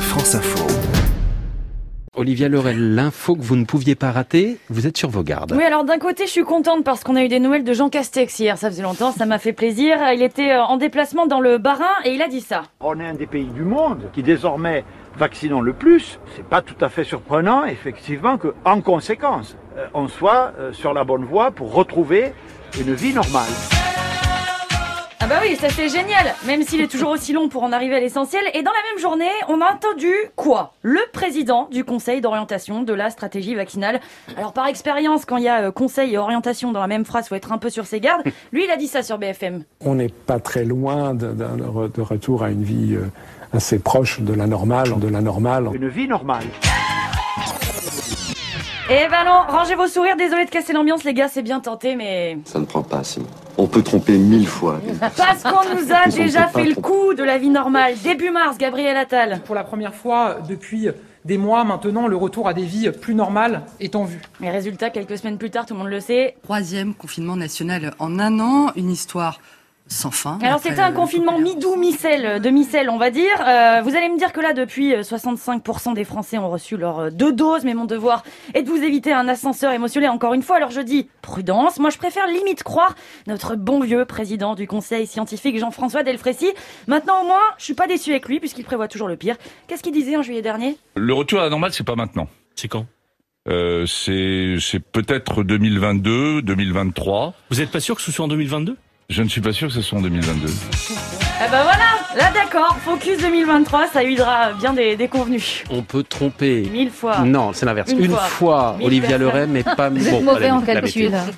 France Info. Olivia Lorel, l'info que vous ne pouviez pas rater, vous êtes sur vos gardes. Oui, alors d'un côté, je suis contente parce qu'on a eu des nouvelles de Jean Castex hier. Ça faisait longtemps, ça m'a fait plaisir. Il était euh, en déplacement dans le Bas-Rhin et il a dit ça. On est un des pays du monde qui désormais vaccinons le plus. C'est pas tout à fait surprenant, effectivement, que, en conséquence, euh, on soit euh, sur la bonne voie pour retrouver une vie normale. Ah bah oui, ça c'est génial, même s'il est toujours aussi long pour en arriver à l'essentiel. Et dans la même journée, on a entendu quoi Le président du conseil d'orientation de la stratégie vaccinale. Alors par expérience, quand il y a euh, conseil et orientation dans la même phrase, faut être un peu sur ses gardes. Lui, il a dit ça sur BFM. On n'est pas très loin de, de- de retour à une vie euh, assez proche de la normale, de la normale. Une vie normale. Eh ben non, rangez vos sourires, désolé de casser l'ambiance les gars, c'est bien tenté, mais... Ça ne prend pas, Simon. On peut tromper mille fois. Parce qu'on nous a déjà fait le coup de la vie normale. Début mars, Gabriel Attal. Pour la première fois depuis des mois maintenant, le retour à des vies plus normales est en vue. Mais résultat, quelques semaines plus tard, tout le monde le sait. troisième confinement national en un an, une histoire sans fin. Alors Après, c'était un euh, confinement mi-doux, mi-sel, euh, de mi-sel on va dire. Euh, vous allez me dire que là, depuis euh, 65% des Français ont reçu leurs euh, deux doses, mais mon devoir est de vous éviter un ascenseur émotionnel encore une fois. Alors je dis prudence, moi je préfère limite croire notre bon vieux président du conseil scientifique Jean-François Delfrécy. Maintenant au moins, je suis pas déçu avec lui puisqu'il prévoit toujours le pire. Qu'est-ce qu'il disait en juillet dernier Le retour à la normale, c'est pas maintenant. C'est quand Euh, c'est c'est peut-être 2022, 2023. Vous n'êtes pas sûr que ce soit en 2022 Je ne suis pas sûr que ce soit en 2022. Eh ben voilà, là d'accord, Focus 2023, ça huilera bien des, des convenus. On peut tromper. Mille fois. Non, c'est l'inverse. Une Une, fois. fois, Mille Olivia personnes. Leray, mais pas Vous êtes bon, mauvais la- en la météo. calcul.